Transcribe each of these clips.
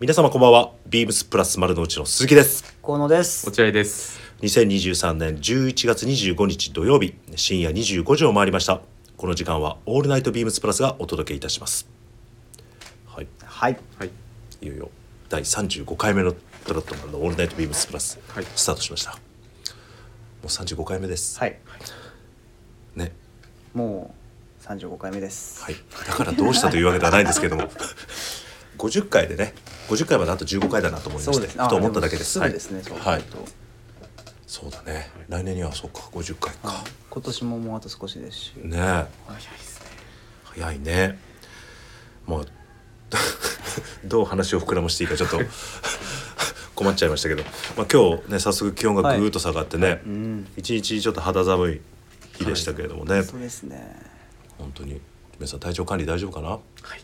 皆様こんばんは。ビームスプラス丸の内の鈴木です。河野です。落合です。 2023年11月25日土曜日深夜25時を回りました。この時間はオールナイトビームスプラスがお届けいたします。はい、はい。はい。いよいよ第35回目のトラットマンのオールナイトビームスプラス、はいスタートしました。もう35回目です。はい。ね。もう三十五回目です。はい、だからどうしたというわけではないんですけども 50回でね50回まであと15回だなと思いまそうしでてすふね。あと思っただけですもすぐですね。そうはい、はいちょっとそうだね来年にはそうか50回か今年ももうあと少しですし。ねえ早いですね。早いねまあ どう話を膨らましていいかちょっと 困っちゃいましたけど、まあ、今日ね早速気温がぐーっと下がってね、うん。一日ちょっと肌寒い日でしたけれどもね、そうですね。本当に皆さん体調管理大丈夫かなはい。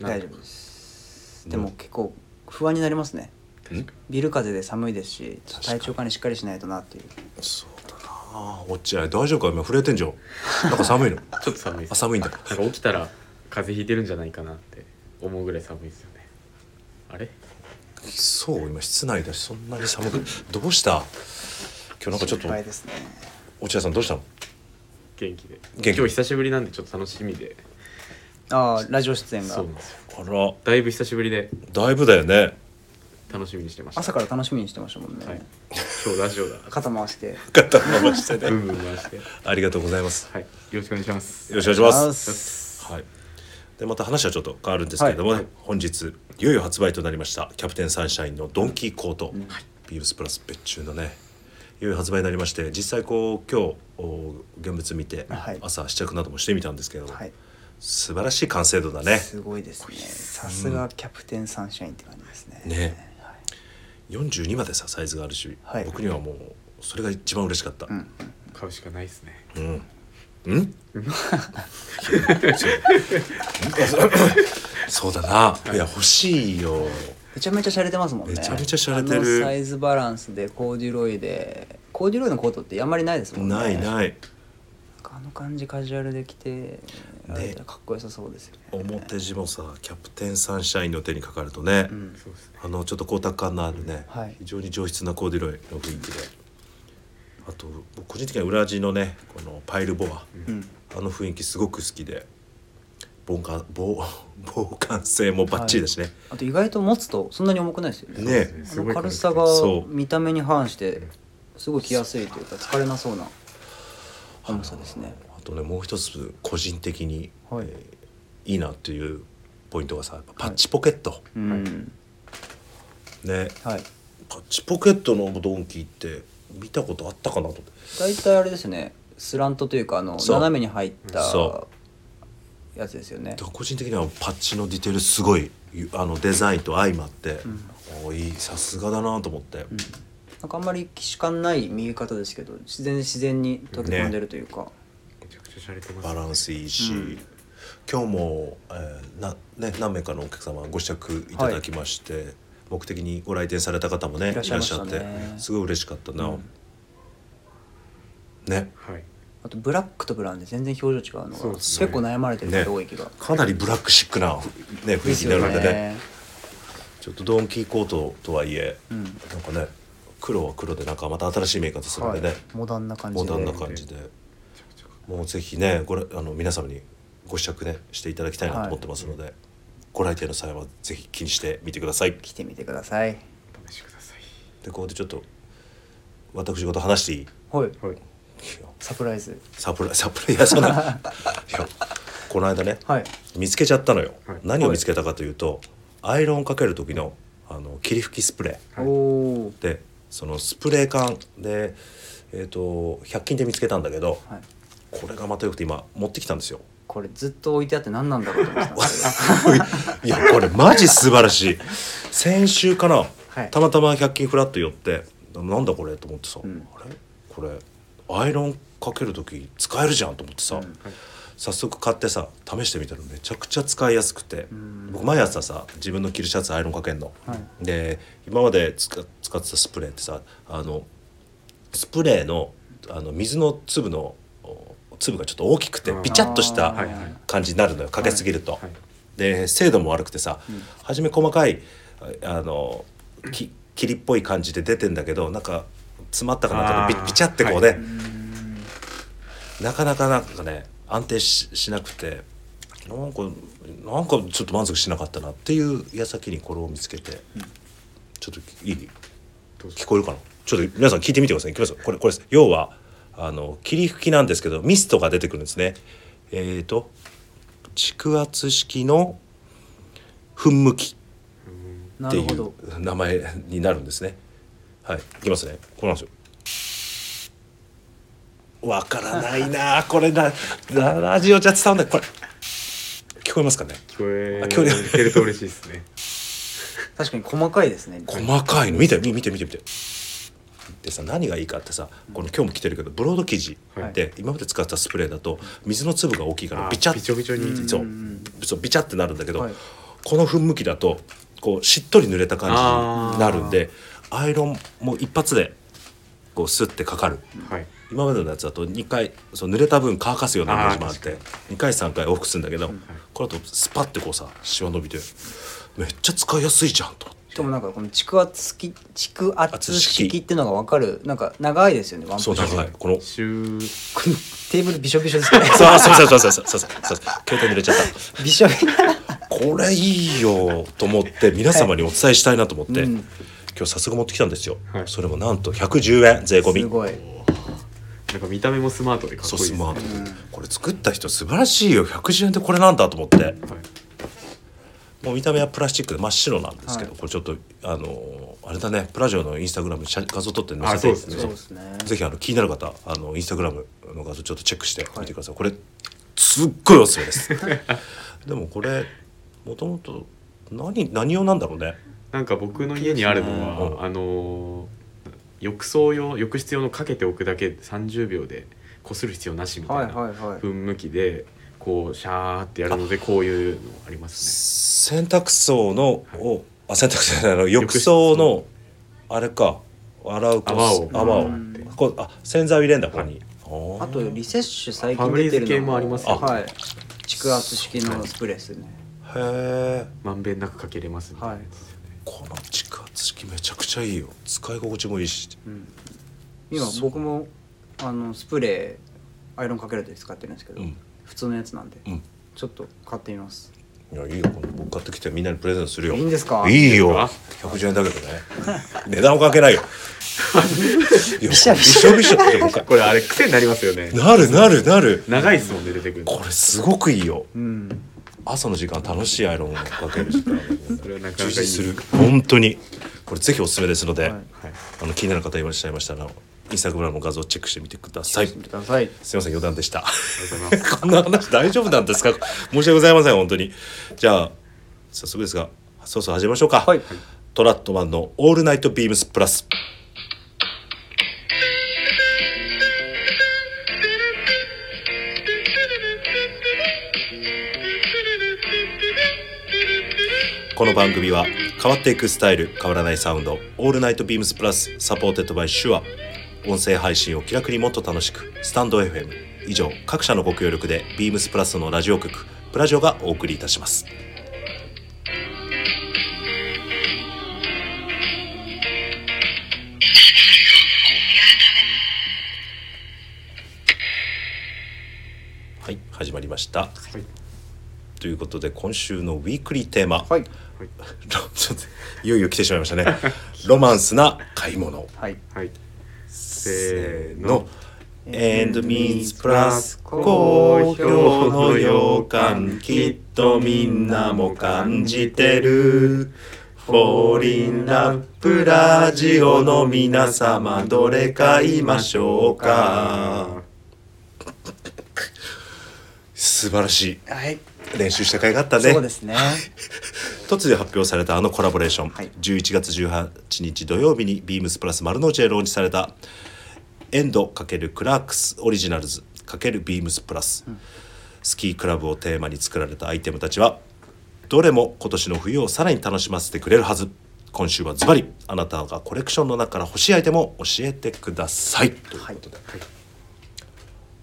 大丈夫。夫です。でも結構不安になりますね。んビル風で寒いですし、確ちょっとかに体調管理しっかりしないとなっていう。そうだな落合大丈夫か今震えてんじゃんなんか寒いの ちょっと寒いであす。寒いんだなんか起きたら風邪ひいてるんじゃないかなって思うぐらい寒いですよね。あれ？そう今室内だしそんなに寒くどうした今日なんかちょっと心配ですね。落合さんどうしたの元気で。気今日久しぶりなんでちょっと楽しみで。ああ、ラジオ出演がそうなんですよ。あらだいぶ久しぶりでだいぶだよね楽しみにしてました。朝から楽しみにしてましたもんね。はい。今日ラジオだ。肩回して。肩回してねブンブン回して。はありがとうございますい。よろしくお願いします。よろしくお願いしあまーすすはいでまた話はちょっと変わるんですけれどもね、はい本日いよいよ発売となりましたキャプテンサンシャインのドンキーコート、ビームスプラス別注のねいよいよ発売になりまして実際こう今日お現物見て、はい朝試着などもしてみたんですけど、はい。素晴らしい完成度だねすごいですね。さすがキャプテンサンシャインって感じですね。ね42までさサイズがあるし、はい僕にはもうそれが一番嬉しかった、うん。買うしかないですね。うん。うん。 そうだな。いや欲しいよ。めちゃめちゃ洒落てますもんねめちゃめちゃ洒落てるあのサイズバランスでコーデュロイでコーデュロイのコートってあんまりないですもんねないんない。かあの感じカジュアルで着てあれたらかっこよさそうですよね表地もさ、キャプテンサンシャインの手にかかるとね、うんそうですね。あのちょっと光沢感のあるね、はい非常に上質なコーデュロイの雰囲気で。あと僕個人的には裏地のねこのパイルボア、うんあの雰囲気すごく好きで防寒防 防寒性もバッチリだしね、あと意外と持つとそんなに重くないですよねねそうですあすごのい軽さがそう見た目に反してすごい着やすいというか疲れなそうな重さですねあとねもう一つ個人的に、はいえーいいなっていうポイントがさやっぱパッチポケット、うんねはいパッチポケットのドンキーって見たことあったかなと思って大体あれですねスラントというかあのそう斜めに入ったそやつですよねだから個人的にはパッチのディテールすごいあのデザインと相まって、おいいさすがだなと思って、なんかあんまり既視感ない見え方ですけど自然自然に溶け込んでるというか、めちゃくちゃ洒落てます。バランスいいし、うん今日も、えーなね、何名かのお客様ご試着いただきまして、目的にご来店された方もねいいららっっししゃゃっいてましたねすごい嬉しかったな、うんねはい。あとブラックとブラウンで全然表情違うのがそうです結ね構悩まれてるね人多い気が、かなりブラックシックな、ね、雰囲気になるのでねちょっとドンキーコートとはいえ、うんなんかね黒は黒でなんかまた新しいメーカーとするんでね、はい、モダンな感じモでダンな感じでめちゃくちゃかっもうぜひねごらあの皆様にご試着ねしていただきたいなと思ってますので、ご来店の際はぜひ気にしてみてください来てみてくださいこいいお試しください。でここでちょっと私事話していいいはいはい。やサプライズサプラ イサプライいやそんないやこの間ね、はい見つけちゃったのよ、はい何を見つけたかというと、アイロンかける時のあの霧吹きスプレーはいおおーでそのスプレー缶で、えー、と100均で見つけたんだけど、はい、これがまたよくて今持ってきたんですよ。これずっと置いてあって何なんだろうと思ってたんです けいやこれマジ素晴らしい先週かな、はいたまたま100均フラッと寄ってなんだこれと思ってさ、んあれこれアイロンかける時使えるじゃんと思ってさ、早速買ってさ試してみたらめちゃくちゃ使いやすくて、僕毎朝さ自分の着るシャツアイロンかけんの、はいで今まで使使ってたスプレーってさあのスプレーのあの水の粒のお粒がちょっと大きくてうんビチャっとしたあーはいはい感じになるのよかけすぎると。はいで精度も悪くてさ、初め細かいあのき霧っぽい感じで出てんだけどなんか詰まったかなんかであービビチャってこうね、はいなかなかなんかね安定ししなくてなんかなんかちょっと満足しなかったなっていう矢先にこれを見つけて、ちょっといいどうぞ聞こえるかなちょっと皆さん聞いてみてください。いきますよこれこれです要はあの霧吹きなんですけどミストが出てくるんですね。えっ、と蓄圧式の噴霧器っ なてるいほどう名前になるんですね。はい、いきますね。これなんですよ。わからないなあ、これな、ララジオじゃ伝わんない、これ。聞こえますかね。聞こえあ距離てると嬉しいですね確かに細かいですね細かいの、見て、み見て、見て、見て。でさ、何がいいかってさ、この今日も来てるけど、ブロード生地で、今まで使ったスプレーだと。水の粒が大きいから、あビチャッびちょびちょにそううそう、ビチャってなるんだけど、はいこの噴霧器だと、こうしっとり濡れた感じになるんで。アイロンも一発で、こうスってかかる。はい今までのやつだと2回そう濡れた分乾かすようなイメージもあっあて2回3回往復するんだけど、これだとスパッてこうさシワ伸びてめっちゃ使いやすいじゃんと思ってしかもなんかこの蓄圧式蓄圧圧式式っていうのが分かるなんか長いですよねワンプそうッシュ長いこのシューテーブルびしょびしょですねさあそうそうそうそうそうそうそう携帯濡れちゃったびしょびしょこれいいよと思って皆様にお伝えしたいなと思って、うん今日早速持ってきたんですよ、はいそれもなんと110円税込み すごいなんか見た目もスマートでかっそこいいうですスねマートで、これ作った人素晴らしいよ110円でこれなんだと思って。はいもう見た目はプラスチックで真っ白なんですけど、はいこれちょっとあのーあれだねプラジオのインスタグラムに写画像撮って載せあそうてですねそうですねぜひあの気になる方あのインスタグラムの画像ちょっとチェックしてみてください、これすっごいおすすめです でもこれもともと何何用なんだろうねなんか僕の家にあるのは、うんあのー浴槽用浴室用のかけておくだけで30秒でこする必要なしみたはいいなはいはい噴霧器でこうシャーってやるのでこういうのあります洗濯槽のをあ洗濯槽じゃないあの浴槽のあれか洗うこう泡を泡をうんこうあ洗剤を入れんだここに、あとリセッシュ最ファ近ブリ出ーてズるの系もありますよはい蓄圧式のスプレーですねへえねまんべんなくかけれますみたいなやつですよね、この蓄圧式めちゃくちゃいいよ使い心地もいいし今僕もあのスプレーアイロンかけるとき使ってるんですけどうん普通のやつなんでうんちょっと買ってみますいやいいよこの僕買ってきてみんなにプレゼントするよいいんですかいいよあ110円だけどね 値段をかけ ないよいやびしゃびしびしょびしょこれあれ癖になりますよねなるなるなる長いですもんね出てくるのこれすごくいいようん朝の時間楽しいアイロンをかける時間それは充なかなかい実いする本当にこれぜひおすすめですので、はいはいあの気になる方いらっしゃいましたらインスタグラムの画像をチェックしてみてくださいす見みてくださいません余談でしたありがとうございますこんな話大丈夫なんですか申し訳ございません本当にじゃあ早速ですがそうそう始めましょうか、はいトラットマンの「オールナイトビームスプラス」この番組は変わっていくスタイル変わらないサウンド「オールナイトビームスプラス」サポーテッドバイシュア音声配信を気楽にもっと楽しくスタンド FM 以上各社のご協力でビームスプラスのラジオ局プラジオがお送りいたしますはい始まりましたはいということで今週のウィークリーテーマ、はいはいロ ちょっといよいよ来てしまいま したねロマンスな買い物はいはいせーのの And means plus 好評好評のの予予感感ききっっととみみんんななもも感感じじててる Fall in love ラジオの皆様どれ買いましょうか素晴らしはいい練習した甲斐があったねそうですね突如発表されたあのコラボレーション、はい11月18日土曜日にビームスプラス丸の内でローンチされたエンド×クラークスオリジナルズ×ビームスプラス、スキークラブをテーマに作られたアイテムたちはどれも今年の冬をさらに楽しませてくれるはず今週はズバリあなたがコレクションの中から欲しいアイテムを教えてくださいということで、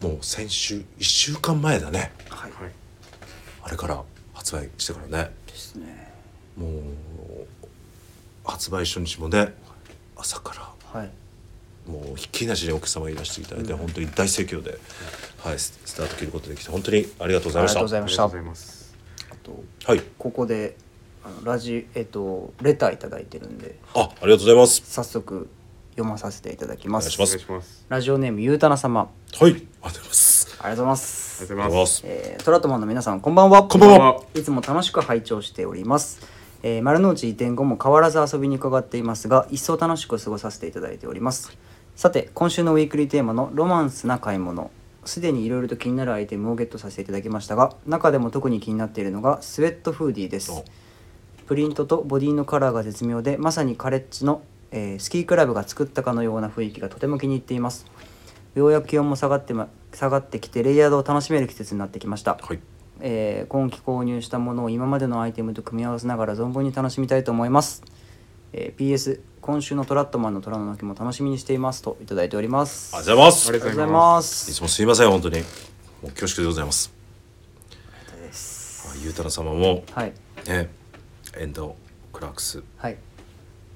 もう先週1週間前だねはいはいあれから発売してからねですねもう発売初日もね朝からはいもうひっきりなしにお客様いらしていただいて、本当に大盛況で、はい、ススタート切ることできて本当にありがとうございました。ありがとうございあまりしがたとうございますあとはい、ここであのラジえっとレターいただいてるんであ、ありがとうございます。早速読まさせていただきまお願いすしまおす願いしますラジオネームゆうたな様はい、ありがとうございます。ありがとうございまありすがとうあごりがとうございざいまますす。えートラットマンの皆さんこんばんはこんばんは。いつも楽しく拝聴しております、えー丸の内移転後も変わらず遊びに伺っていますが一層楽しく過ごさせていただいておりますさて今週のウィークリーテーマの「ロマンスな買い物」すでにいろいろと気になるアイテムをゲットさせていただきましたが中でも特に気になっているのがスウェットフーディーですおプリントとボディのカラーが絶妙でまさにカレッジの、えースキークラブが作ったかのような雰囲気がとても気に入っていますようやく気温も下がって,、ま、下がってきてレイヤードを楽しめる季節になってきました、はい、えー今期購入したものを今までのアイテムと組み合わせながら存分に楽しみたいと思います、えー PS 今週のトラットマンの虎の鳴きも楽しみにしていますといただいておりますありがとうございます。ありがありがとうごとうござざいいまますいすつもすいません、本当に。もう恐縮でございます。あゆうたら様も、はいね、エンドクラークス。はい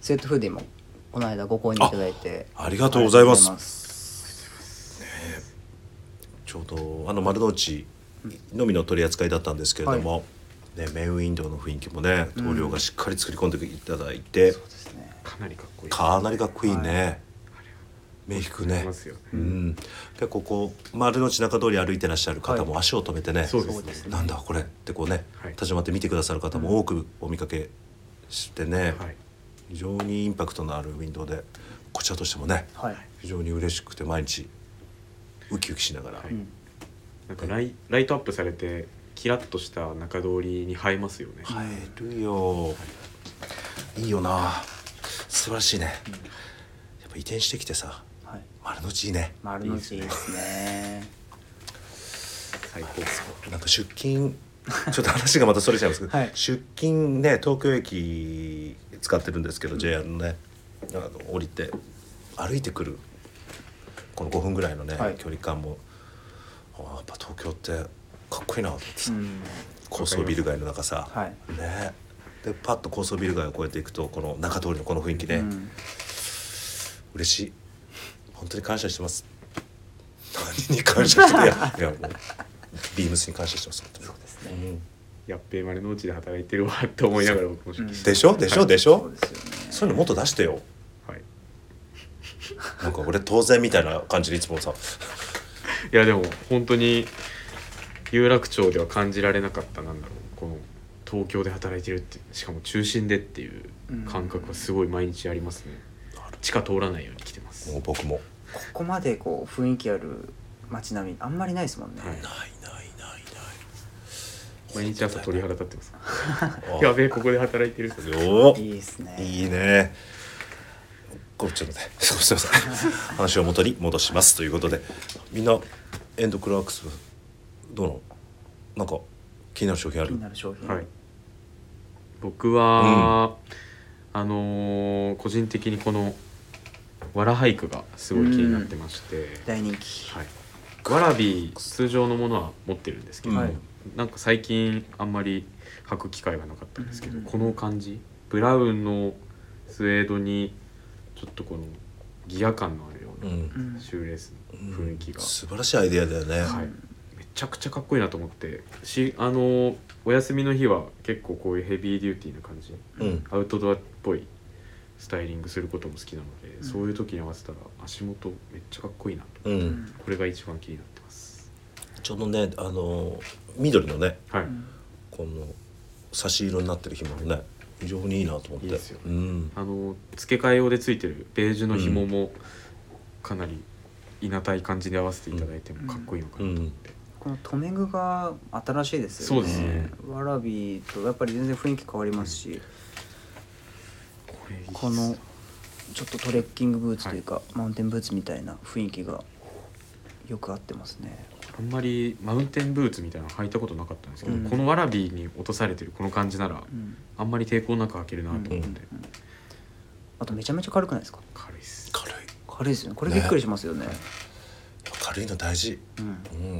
スウェットフーディもこの間ご購入いただいてあありがとうございますありがとうございすちょうどあの丸の内のみの取り扱いだったんですけれども、ね、メインウィンドウの雰囲気もね棟梁がしっかり作り込んでいただいて、そうですねかなりかっこいいかなりかっこいいね、目引くありねますようん、結構こう丸の内中通り歩いてらっしゃる方も足を止めてね、そうそうでですすねなんだこれってこうね、はい立ち止まって見てくださる方も多くお見かけしてね、はい非常にインパクトのあるウィンドウでこちらとしてもねはい非常に嬉しくて毎日ウキウキしながら、はういんなんかライライトアップされてキラッとした中通りに映えますよね入るよ、い、いよな素晴らしいね、やっぱ移転してきてさはい丸の内いいね丸の内いいですね最高なんか出勤ちょっと話がまたそれちゃいますけど、はい出勤ね東京駅使ってるんですけど、JR のねあの降りて歩いてくるこの5分ぐらいのね、はい距離感もあやっぱ東京ってかっこいいなと思ってさ、うん高層ビル街の中さ、はいねでパッと高層ビル街を越えていくとこの中通りのこの雰囲気ね、うん嬉しい本当に感謝してます何に感謝し ていやいやもうビームスに感謝してます本当にそうですねうんやっべえ丸の内で働いてるわって思いながら僕も指揮してでしょでしょでしそうょですよねそういうのもっと出してよはいなんか俺当然みたいな感じでいつもさいやでも本当に有楽町では感じられなかったなんだろうこの東京で働いてるってしかも中心でっていう感覚はすごい毎日ありますね地下通らないように来てますもう僕もここまでこう雰囲気ある街並みあんまりないですもんね、はいないないない毎日朝鳥肌立ってますないやべえここで働いてるよーいいですねいいねこれちょっとねすいません話を元に戻しますということでみんなエンドクラークスどうなのなんか気になる商品あ気るになる商品、はい、僕は、あのー個人的にこのわら俳句がすごい気になってまして、大人気はい、わらび通常のものは持ってるんですけど、はいなんか最近あんまり履く機会がなかったんですけど、うんこの感じブラウンのスウェードにちょっとこのギア感のあるようううんうんなシューレースの雰囲気が、素晴らしいアイデアだよね、はい、めちゃくちゃかっこいいなと思ってしあのお休みの日は結構こういうヘビーデューティーな感じうんアウトドアっぽいスタイリングすることも好きなので、んそういう時に合わせたら足元めっちゃかっこいいなとうん、うんこれが一番気になってますちょうどねあの緑のねはい、うんこの差し色になってる紐もね非常にいいなと思っていいですようん、あの付け替え用でついてるベージュの紐もかなりいなたい感じで合わせていただいてもかっこいいのかなと思って、この留め具が新しいですよねそうですねわらびとやっぱり全然雰囲気変わりますし、これいいっすこのちょっとトレッキングブーツというか、マウンテンブーツみたいな雰囲気がよく合ってますねあんまりマウンテンブーツみたいなの履いたことなかったんですけど、うんこのわらびに落とされてるこの感じなら、うんあんまり抵抗なく開けるなと思って、うんあとめちゃめちゃ軽くないですか軽いっす軽い軽いですよねこれびっくりしますよね軽いの大事うんうん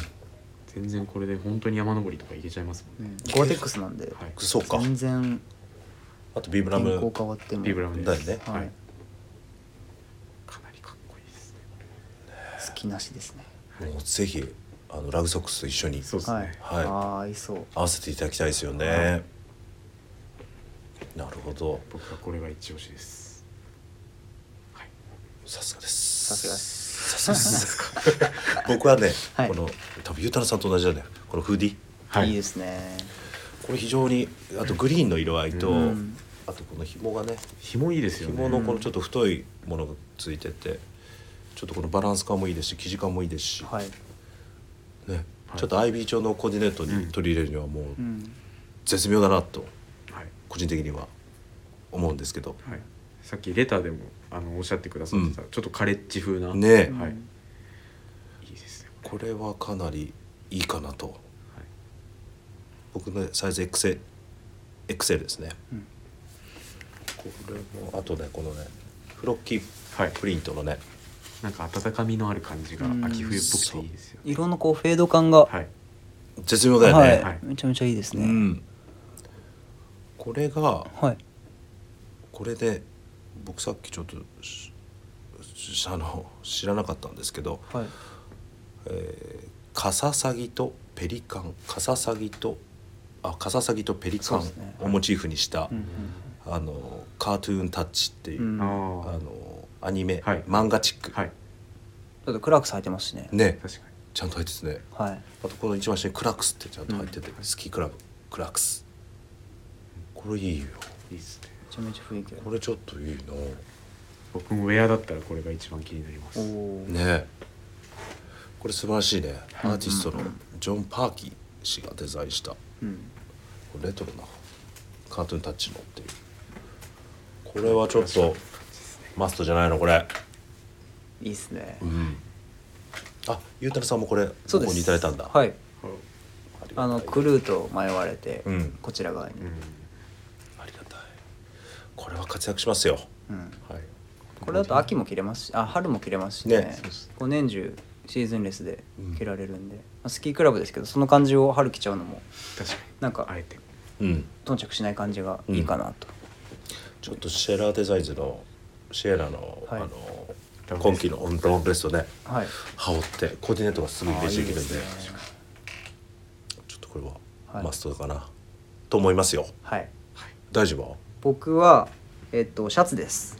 全然これで本当に山登りとか行けちゃいますもんね、うんゴアテックスなんで、はいそうか全然あとビブラ天候ム変わってもビブラムですだよねはいはい、かなりかっこいいですね好きなしですねもうぜひあのラグソックスと一緒にそうですね、ははい、いああ合いそう合わせていただきたいですよね、はなるほど僕はこれが一押しですはいさすがですさすがでさすがです 僕はね、はい、この多分ゆうたろうさんと同じだねこのフーディはいいいですねこれ非常にあとグリーンの色合いと、うんあとこの紐がね紐いいですよね紐のこのちょっと太いものがついててちょっとこのバランス感もいいですし生地感もいいですし、はい、ねはいちょっとアイビー調のコーディネートうにん取り入れるにはもううん、絶妙だなとはい個人的には思うんですけど、はい、さっきレターでもあのおっしゃってくださってた、ちょっとカレッジ風なねえはいうんいいですね、これはかなりいいかなとはい、僕のサイズ XL, XL ですねうんこれもあとねこのねフロッキーはいプリントのねなんか温かみのある感じがうん秋冬っぽくていいですよね色のこうフェード感が、はい絶妙だよね、はいはいめちゃめちゃいいですうね、んこれがはいこれで僕さっきちょっとししあの知らなかったんですけどはいカササギとペリカンカササギとあカササギとペリカンそうですねをモチーフにした、うんあのカートゥーンタッチっていう、うんうんあああのアニメ、はい漫画チック、はいちょっとクラークス履いてますしねね確かにちゃんと入っててねはいあとこの一番下にクラックスってちゃんと入ってて、うんスキークラブクラックスこれいいよいいですねめちゃめちゃ雰囲気あるこれちょっといい僕もウェアだったらこれが一番気になりますおお、なねこれ素晴らしいねうアんーティストのジョン・パーキー氏がデザインしたうん、レトロなカートゥーンタッチのっていうこれはちょっとマストじゃないのこれいいですね、うんあゆうたろうさんもこれそこうでこすにいただいたんだはいはいありがたいあのクルーと迷われて、うんこちら側に、うんありがたいこれは活躍しますようん、はいこれだと秋も着れますしあ春も着れますしねねそうですこう年中シーズンレスで着られるんで、まあスキークラブですけどその感じを春着ちゃうのも確かになんかあえてうん頓着しない感じがいいかなと、ちょっとシェラーデザインズのシェラの、はいあダのウンベ今季ストのうんダウンベストねはい羽織ってコーディネートがすぐイメージできるんであーいいすねちょっとこれははいマストかな、と思いますよはい大丈夫は僕はえっとシャツです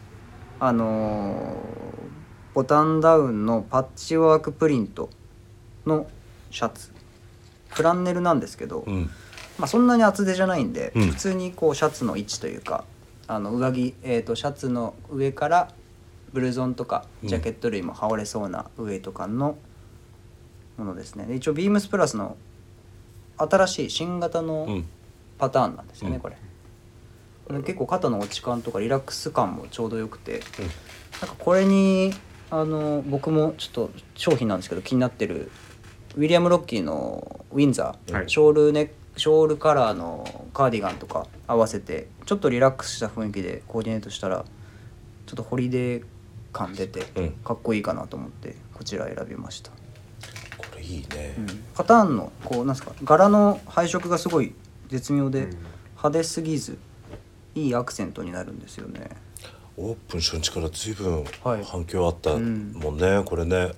あのーボタンダウンのパッチワークプリントのシャツフランネルなんですけど、うんまあ、そんなに厚手じゃないんで、うん普通にこうシャツの位置というかあの上着、えー、とシャツの上からブルゾンとかうんジャケット類も羽織れそうなウエイト感のものですねで一応ビームスプラスの新しい新型うのんパターンなんですよね、うんこれこれ結構肩の落ち感とかリラックス感もちょうどよくてなんかこれにあの僕もちょっと商品なんですけど気になってるウィリアム・ロッキーのウィンザー、はいショールネショールカラーのカーディガンとか合わせてちょっとリラックスした雰囲気でコーディネートしたらちょっとホリデー感出てうんかっこいいかなと思ってこちら選びました、これいいね、うんパターンのこうなんですか柄の配色がすごい絶妙うでん派手すぎずいいアクセントになるんですよねオープン初日から随分はい反響あったうんもんね、これね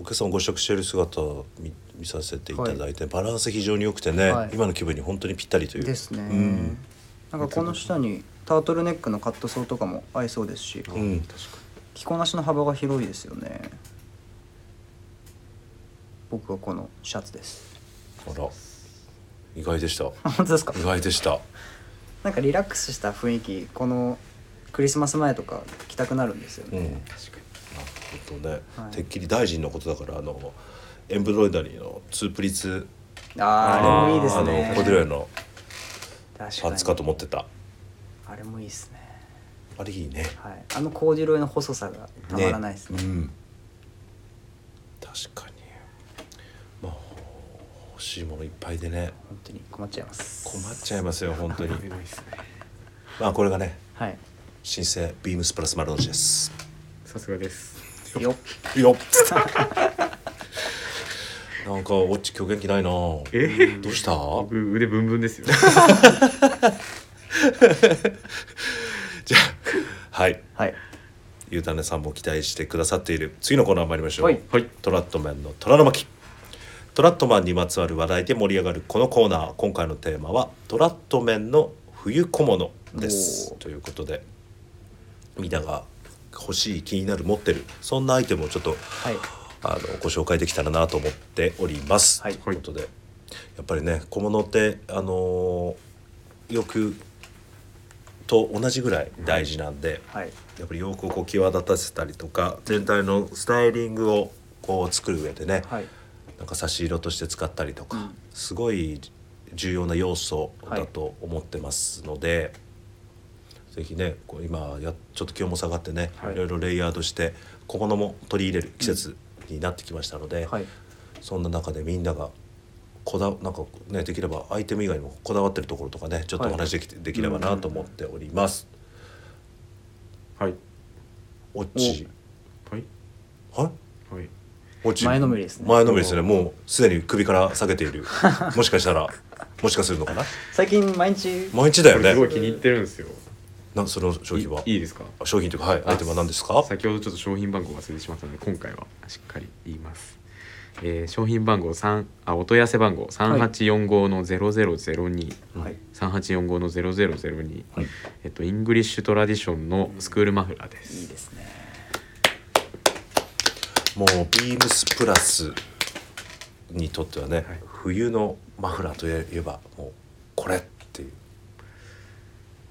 お客さんご試食している姿を見見させていただいて、バランス非常に良くてね、はい今の気分に本当にぴったりというですね、うんなんかこの下にタートルネックのカットソーとかも合いそうですしうん確か着こなしの幅が広いですよね僕はこのシャツですあら意外で した本当ですか意外でしたなんかリラックスした雰囲気このクリスマス前とか着たくなるんですようね、んに確かになるほどね、はいてっきり大臣のことだからあのエンブロイダリーのツープリツあああれもいいですあのねコーデュロイの確パンツかかとに思ってたあれもいいですね、あれいいねはい、あのコーデュロイの細さがたまらないですねうん、確かにまあ欲しいものいっぱいでね本当に困っちゃいます困っちゃいますよ本当に食べないですねまあこれがねはい新生ビームスプラス丸の内ですさすがですよっ よっなんかオッチ今日元気ないなえどうした僕腕ブンブンですよじゃあはいはいゆうたねさんも期待してくださっている次のコーナー参りましょう、はいはいトラットマンの虎の巻トラットマンにまつわる話題で盛り上がるこのコーナー今回のテーマはトラットメンの冬小物ですおーということでみんなが欲しい気になる持ってるそんなアイテムをちょっとはいあのご紹介できたらなと思っております。はいということでやっぱりね小物ってあのーよくと同じぐらい大事なんで、はいやっぱり洋服をこう際立たせたりとか全体のスタイリングをこう作る上でね、はいなんか差し色として使ったりとか、うんすごい重要な要素だと思ってますので、ぜひねこう今やちょっと気温も下がってね、はいい、ろいろレイヤードして小物も取り入れる季節になってきましたので、はいそんな中でみんながこだなんかねできればアイテム以外にもこだわってるところとかねちょっとお話でき,、できればなと思っております。はいオッチはいはいはいもち前のめりですね前のめりですね。もうすでに首から下げている。 もしかしたら、もしかするのかな。最近毎日毎日だこよれすごいね。気に入ってるんですよなんその商い品はいいですかあ商品というかはいアイテムは何ですか。先ほどちょっと商品番号忘れてしまったので今回はしっかり言います、えー商品番号3あお問い合わせ番号3845の0002、はい3845の0002、はいえっとイングリッシュトラディションのスクールマフラーですいいですねもうビームスプラスにとってはね、い冬のマフラーといえばもうこれっていう。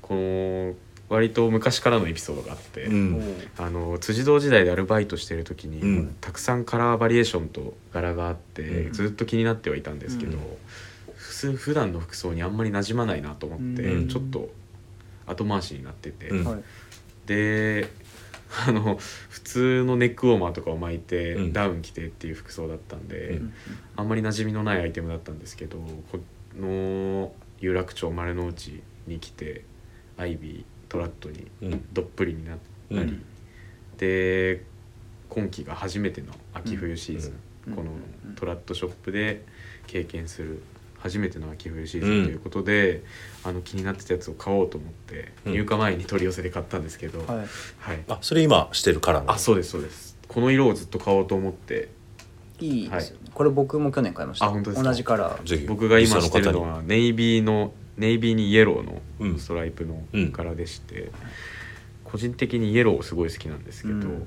この割と昔からのエピソードがあって、うんおーあの辻堂時代でアルバイトしてる時に、うんもうたくさんカラーバリエーションと柄があって、うんずっと気になってはいたんですけど、うん普通普段の服装にあんまりなじまないなと思って、うんちょっと後回しになってて、うんはいであの普通のネックウォーマーとかを巻いて、うんダウン着てっていう服装だったんで、うんあんまり馴染みのないアイテムだったんですけどこの有楽町丸の内に来てアイビートラットにうんどっぷりになったり、うんで今季が初めての秋冬シーズン、うんこのうんトラットショップで経験する初めての秋冬シーズンということで、あの気になってたやつを買おうと思って、うん入荷前に取り寄せで買ったんですけど、はいはいあそれ今してるカラーなのあそうですそうですこの色をずっと買おうと思っていいですよね、これ僕も去年買いましたあ本当ですか同じカラーぜひ僕が今リしスてナーる方にのはネイビーのネイビーにイエロうーんのストライプのうん柄でして、個人的にイエローすごい好きなんですけど、うんなん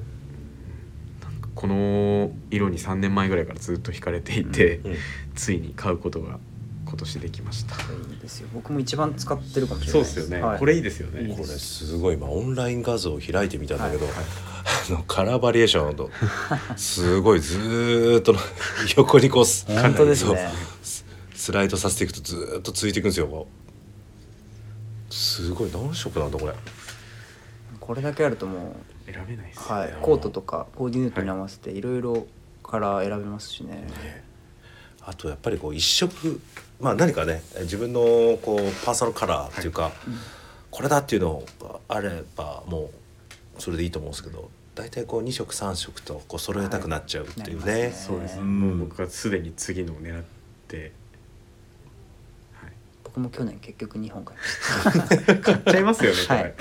かこの色に3年前ぐらいからずっと惹かれていて、うんついに買うことが今年できました、いいですよ僕も一番使ってるかもしれなそいうですよね、はいこれいいですよねいいこでれすごい今オンライン画像を開いてみたんだけど、はいあのカラーバリエーションのすごいずーっと横にこうす本当ですねそうスライドさせていくとずーっとついていくんですよこうすごい何色なんだこれこれだけあるとも選べないですよう、ね、はい、コートとかコーディネートに合わせていろいろカラー選べますしね、あとやっぱりこう一色まあ何かね自分のこうパーソナルカラーっていうか、これだっていうのあればもうそれでいいと思うんですけど大体こう2色3色とこう揃えたくなっちゃうっていうね,、はいなりますねそうです、うんもう僕がすでに次のを狙って、はい、僕も去年結局2本買いました 買っちゃいますよね、これはい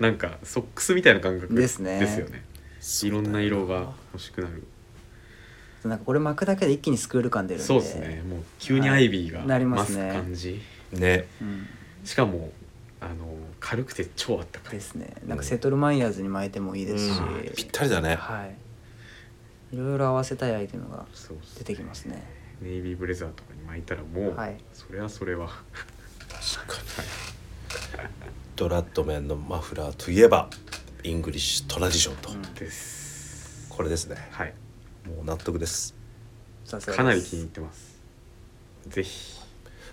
なんかソックスみたいな感覚ですねですよねいろんな色が欲しくなるなんかこれ巻くだけで一気にスクール感出るんでそうですねもう急にアイビーがなりますね増す感じ、ねうん、しかもあの軽くて超あったかいですねなんかセトルマイヤーズに巻いてもいいですし、うんぴったりだねはいいろいろ合わせたいアイテムがそうっすね出てきますねネイビーブレザーとかに巻いたらもう、はいそれはそれは確かにドラッドメンのマフラーといえばイングリッシュトラディションと、うんですこれですねはいもう納得ですさすがですかなり気に入ってますぜひ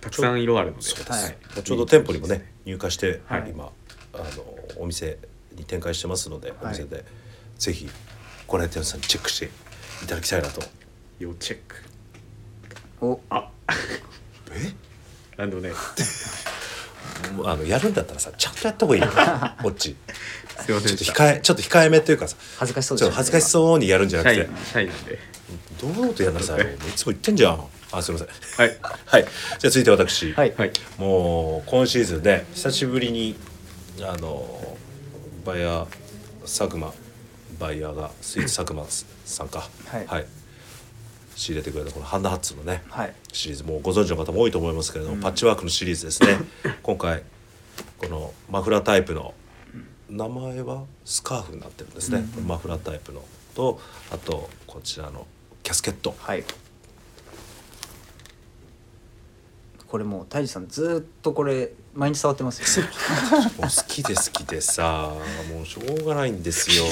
たくさん色あるのでそうですはいちょうど店舗にもね入荷して、はい今あのお店に展開してますので、お店でぜひご来店さんにチェックしていただきたいなと要チェックおあえなん でもねもうあのやるんだったらさちゃんとやった方がいい よこっちすいませちょんっでとした控えちょっと控えめというかさ恥ずかしちそょうっですとね恥ずかしそうにやるんじゃなくシャてイシャイなんで堂々とやんなさいもういつも言ってんじゃんあすいませんはいはいじゃあ続いて私はいはいもう今シーズンね久しぶりにあのバイヤー佐久間バイヤーがスイーツ佐久間さんかはい仕入れてくれたこのハンダハッツのね、はいシリーズもうご存知の方も多いと思いますけれども、パッチワークのシリーズですね 今回このマフラータイプの名前はスカーフになってるんですね、マフラータイプのとあとこちらのキャスケット、はいこれもう太一さんずーっとこれ毎日触ってます よもう好きで好きでさもうしょうがないんですよ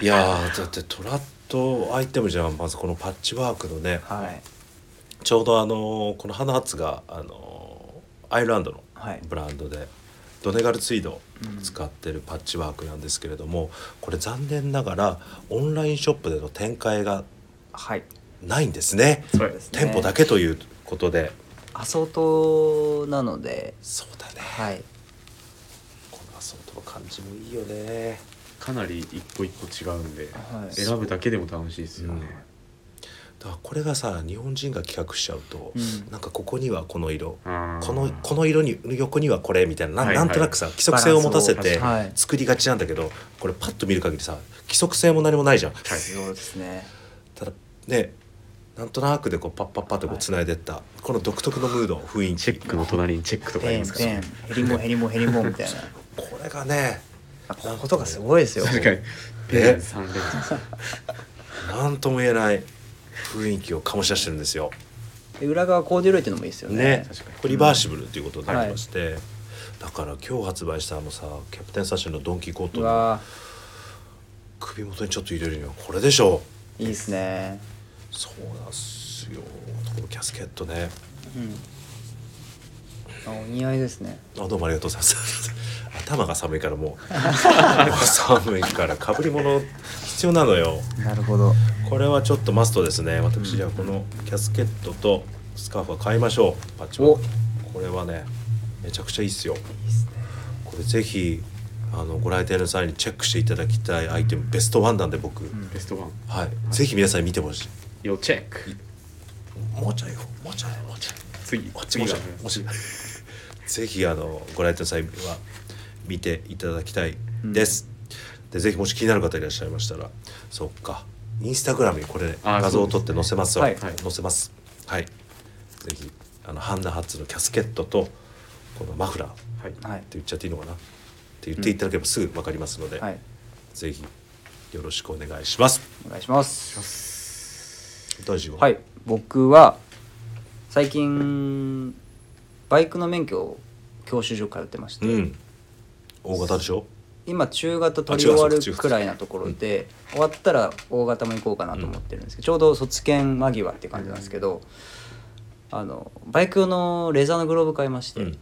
いやーだってトラットアイテムじゃんまずこのパッチワークのねはいちょうどあのーこのハナハツがあのーアイルランドのはいブランドで、ドネガルツイードを使ってるパッチワークなんですけれども、これ残念ながらオンラインショップでの展開がはいないんですねそうですね店舗だけということでアソートなのでそうだねはいこのアソートの感じもいいよねかなり一個一個違うんで、はい選ぶだけでも楽しいですよね、だからこれがさ日本人が企画しちゃうと、うんなんかここにはこの色あーこのこの色に横にはこれみたいなな,、はいはいんとなくさ規則性を持たせてバランスをはい作りがちなんだけど、これパッと見る限りさ規則性も何もないじゃん。はいそうですねただねなんとなくでこうパッパッパッとこう繋いでった、この独特のムード雰囲チ気ェックの隣にチェックとかありペまンすかペらンねヘリモンヘリモンヘリモンみたい なこれがねあこことがすごいですよ確かにペン三連続何とも言えない雰囲気を醸し出してるんですよ。で裏側コーデュロイっていうのもいいですよねね確かにこれリバーシブルということになりまして、だから今日発売したあのさキャプテンサッシュのドンキーコートうのわ首元にちょっと入れるにはこれでしょーいいですねうそうなんすよこのキャスケットねあお似合いですねあどうもありがとうございます 頭が寒いからもうもう寒いからかぶり物必要なのよなるほどこれはちょっとマストですね私じゃあこのキャスケットとスカーフは買いましょうパッチワークこれはねめちゃくちゃいいっすよこれぜひあのご来店の際にチェックしていただきたいアイテムベストワンなんで僕、ベストワンはいぜひ皆さんに見てほしい要チェックもうちょいよもうちょいもうちょい次こっち次もしがもしぜひあのご来店の際は見ていただきたいです、でぜひもし気になる方いらっしゃいましたらそっかインスタグラムにこれ、あー画像を撮って載せますよ、そうですねはい載せますはいぜひあのハンダハッツのキャスケットとこのマフラーってはいはい言っちゃっていいのかなって言っていただければすぐ分かりますので、はいぜひよろしくお願いしますお願いします大臣ははい僕は最近バイクの免許を教習所通ってまして、うん大型でしょ今中型取り終わるくらいなところで終わったら大型も行こうかなと思ってるんですけど、ちょうど卒検間際って感じなんですけど、あのバイク用のレザーのグローブ買いまして、うん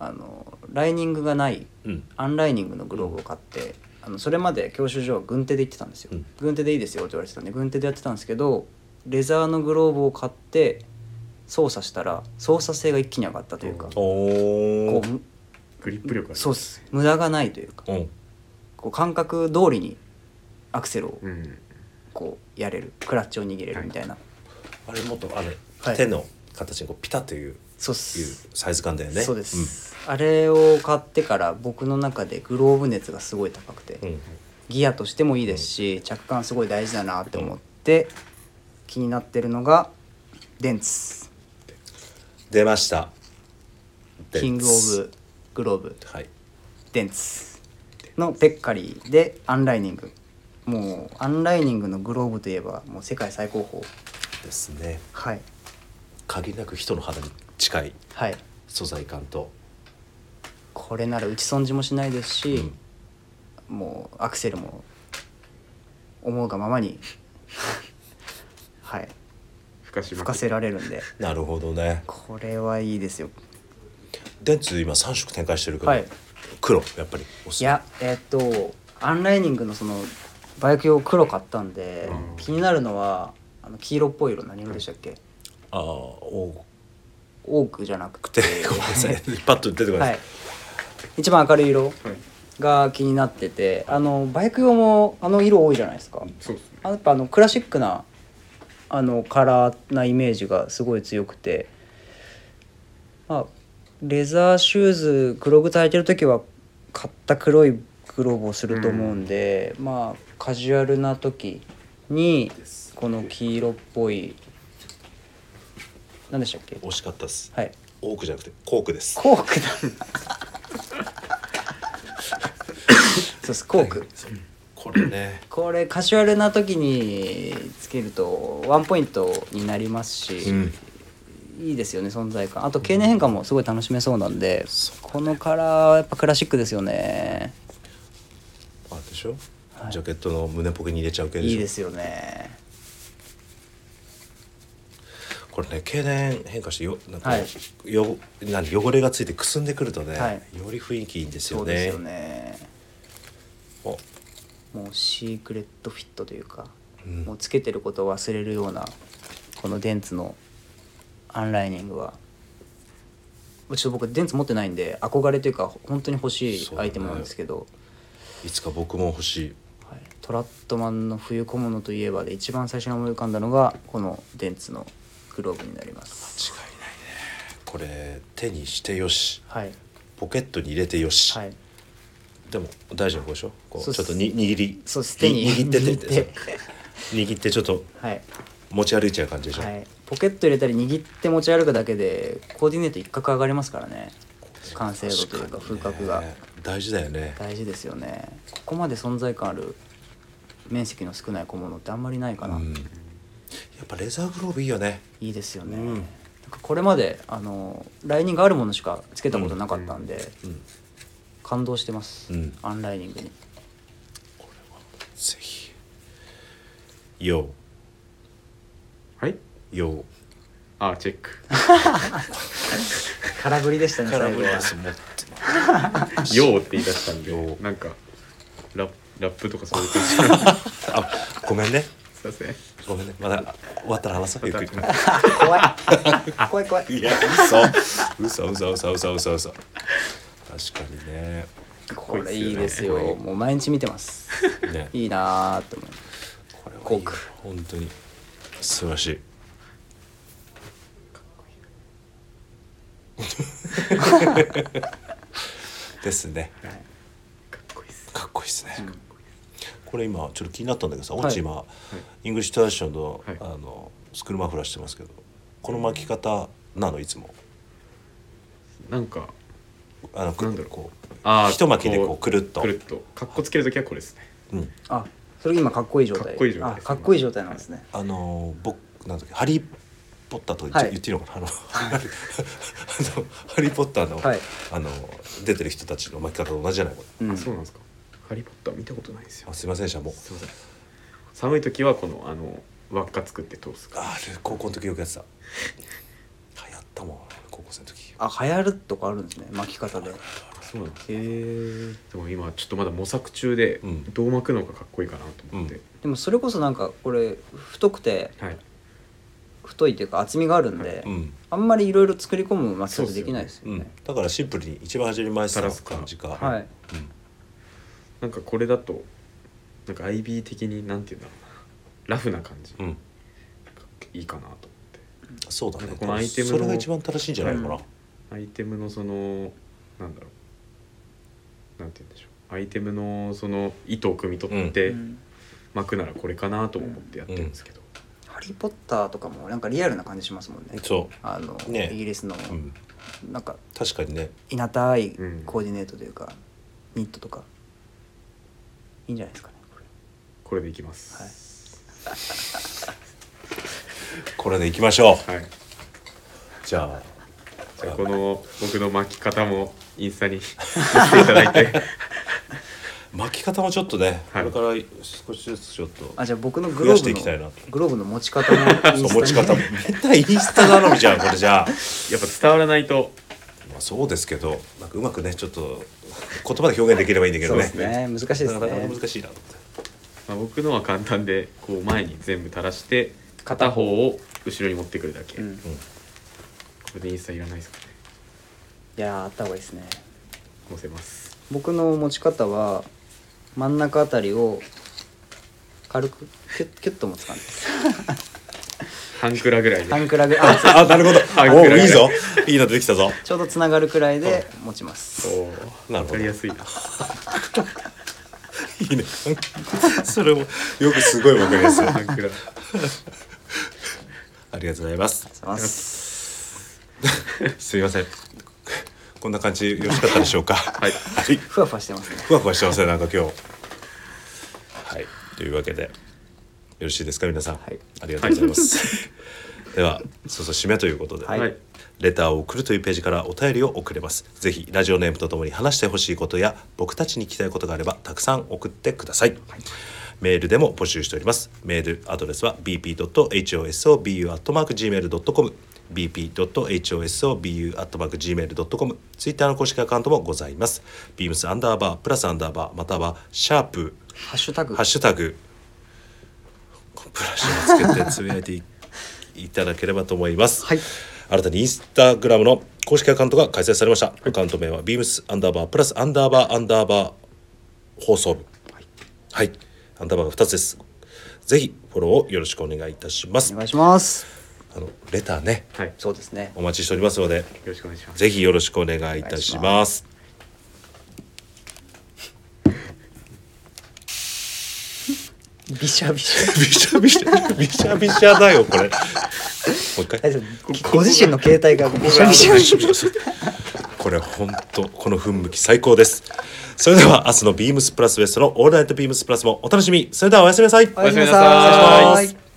あのライニングがないうんアンライニングのグローブを買ってあのそれまで教習所は軍手で行ってたんですよ、うん軍手でいいですよって言われてたんで軍手でやってたんですけどレザーのグローブを買って操作したら操作性が一気に上がったというか、おこおうむグリップ力あるそうっす無駄がないというかうんこう感覚通りにアクセルをうんこうやれるクラッチを握れるみたいな、あれもっとあれ、はい手の形にこうピタッというそういうっす、サイズ感だよね。そうです、あれを買ってから僕の中でグローブ熱がすごい高くて、うん。うんギアとしてもいいですし、着感すごい大事だなって思って気になってるのがデンツ出ました。でキングオブグローブはい。デンツのペッカリーでアンライニングもうアンライニングのグローブといえばもう世界最高峰ですね。はい限りなく人の肌に近いはい素材感と、これなら打ち損じもしないですし、うんもうアクセルも思うがままに はい吹かし吹まかくせられるんでなるほどね。これはいいですよ電通今三色展開してるけど、はい黒やっぱりおすすいめやえっとアンライニングのそのバイク用黒買ったんで、うん気になるのはあの黄色っぽい色何色でしたっけ、ああ多オークじゃなくくててごめんなさい。パッと出てこな。はいい一番明るい色はいが気になっててあのバイク用もあの色多いじゃないですか、そうですねあやっぱあのクラシックなあのカラーなイメージがすごい強くて、まあ、レザーシューズ黒靴履いてる時は買った黒いグローブをすると思うんで、まあカジュアルな時にすこの黄色っぽい何でしたっけ惜しかったです、はいオークじゃなくてコークですコークだ そうですコークこれねこれカジュアルな時につけるとワンポイントになりますし、うんいいですよね存在感あと経年変化もすごい楽しめそうなんで、このカラーやっぱクラシックですよねあれでしょ、ジャケットの胸ポケに入れちゃう系でしいょいですよねこれね経年変化してよなんか、はいよ何汚れがついてくすんでくるとね、はいより雰囲気いいんですそようでねすよねおもうシークレットフィットというか、うんもうつけてることを忘れるようなこのデンツのアンライニングはちょっと僕デンツ持ってないんで憧れというか本当に欲しいアイテムなんですけど、いつか僕も欲しいはい、トラットマンの冬小物といえばで一番最初に思い浮かんだのがこのデンツのグローブになります違いないねこれ手にしてよしはいポケットに入れてよし、はいでも大丈夫でしょこそううっすちょっとに握りそうです手にに握ってて握って握ってちょっとはい、持ち歩いちゃう感じでしょ、はい、ポケット入れたり握って持ち歩くだけでコーディネート一角上がりますからね完成度というか風格がね大事だよね大事ですよねここまで存在感ある面積の少ない小物ってあんまりないかな、うんやっぱレザーグローブいいよねいいですよね、うんなんかこれまであのライニングあるものしかつけたことなかったんで、うん感動してます、うんアンライニングにぜひよはい。うよあ、チェック。 空振りでしたうね最後は持ってようって言い出したんよで、うなんかラップラップとかそういう 感じ。あごめんねすいません。ごめんねまだ終わったら話そうゆっくり怖い怖い 怖いいや嘘 嘘嘘嘘嘘嘘嘘確かにねこれいいですよこいつよねもう毎日見てますねいいなーって思いますこれはいいコーク本当に素晴らしいですねかっこいいっす。かっこいいですね、これ今ちょっと気になったんだけどさいオッチ今、イングリッシュトラディションの,、はいあのスクールマフラーしてますけどこの巻き方なのいつもなんかあのくなんだろうこうあー一巻きでこうくるっとくるっとかっこつけるときはこれですね。うん、あそれ今かっこいい状態かっこいい状態ですあかっこいい状態なんですねあのー僕なんだっけハリー・ポッターと言っ,、はい言っていいのかなあのあのハリー・ポッターの,、はいあの出てる人たちの巻き方と同じじゃないこれうんあそうなんですか。ハリーポッター見たことないんですよあ。すいませんでしたもうすいません。寒いときはこのあの輪っか作って通すか。あれ高校の時よくやってた流行ったもん高校生の時あ流行るとかあるんですね巻き方でへそうなんです。えでも今ちょっとまだ模索中でうんどう巻くのがかっこいいかなと思って。でもそれこそなんかこれ太くてはい。太いというか厚みがあるんで、うんあんまりいろいろ作り込む巻き方できないですようねん、だからシンプルに一番初めに前さ垂のらすか感じか、うんはいうんなんかこれだとなんか IB 的になんていうんだろうなラフな感じうがん、いいかなと思って。そうだねなんかこのアイテムのそれが一番正しいんじゃないのかな、うんアイテムのそのなんだろうなんて言うんでしょうアイテムのその糸を汲み取っうてん巻くならこれかなとも思ってやってるんですけど、ハリー・ポッターとかもなんかリアルな感じしますもんねそあの、ねイギリスのう、うん、なんか確かにねいなたいうんコーディネートというか、ニットとかいいんじゃないですかねこれこれでいきますこれでいきましょうはい、じゃあじゃあこの僕の巻き方もインスタに していただいて巻き方もちょっとね、はいこれから少しずつちょっとあじゃあ僕のグ増ロやしてーいきたいブなのとグローブの持ち方もインそう持ちス方タにも下手インスタ頼みじゃんこれじゃあ、やっぱ伝わらないとまあ、そうですけどなんかうまくねちょっと言葉で表現できればいいんだけそどうねですね難しいですなかなかね難しいなと思ってまあ、僕のは簡単でこう前に全部垂らして片方を後ろに持ってくるだけ、うん、いこれでインスタいらないですかねやーあった方がいいですね載せます僕の持ち方は真ん中あたりを軽くキュッキュッと持つ感じです半クラぐらいで半クラぐらいああなるほどあお暗ーいいいぞいいの出てきたぞちょうどつながるくらいで持ちますおーなるほどわかり やすいないいねそれもよくすごい分かります半クラありがとうございますありがとうございますすみませんこんな感じよろしかったでしょうかはいはいふわふわしてますねふわふわしてますねなんか今日はいというわけでよろしいですか皆さん、はいありがとうございます、ではそうそう締めということで、はいはいレターを送るというページからお便りを送れますぜひラジオネームとともに話してほしいことや僕たちに聞きたいことがあればたくさん送ってください、メールでも募集しておりますメールアドレスは bp.hosobu.gmail.com bp.hosobu.gmail.com ツイッターの公式アカウントもございますビームスアンダーバープラスアンダーバーまたはシャープハッシュタグハッシュタグプラスをつけてつぶやいていいただければと思います、はい新たにインスタグラムの公式アカウントが開設されました、アカウント名は beams アンダーバープラスアンダーバーアンダーバー放送部はい、アンダーバーが2つですぜひフォローをよろしくお願いいたしますお願いしますあのレターねはいよそうですねお待ちしておりますのでろしくお願いしますぜひよろしくお願いいたしますびしゃびしゃびしゃびしゃびしゃびしゃだよこれもう一回大丈夫ご自身の携帯がびしゃびしゃこれ本当この噴き最高ですそれでは明日のビームスプラスウエストのオールナイトビームスプラスもお楽しみそれではおやすみなさいおやすみなおやすみなささいい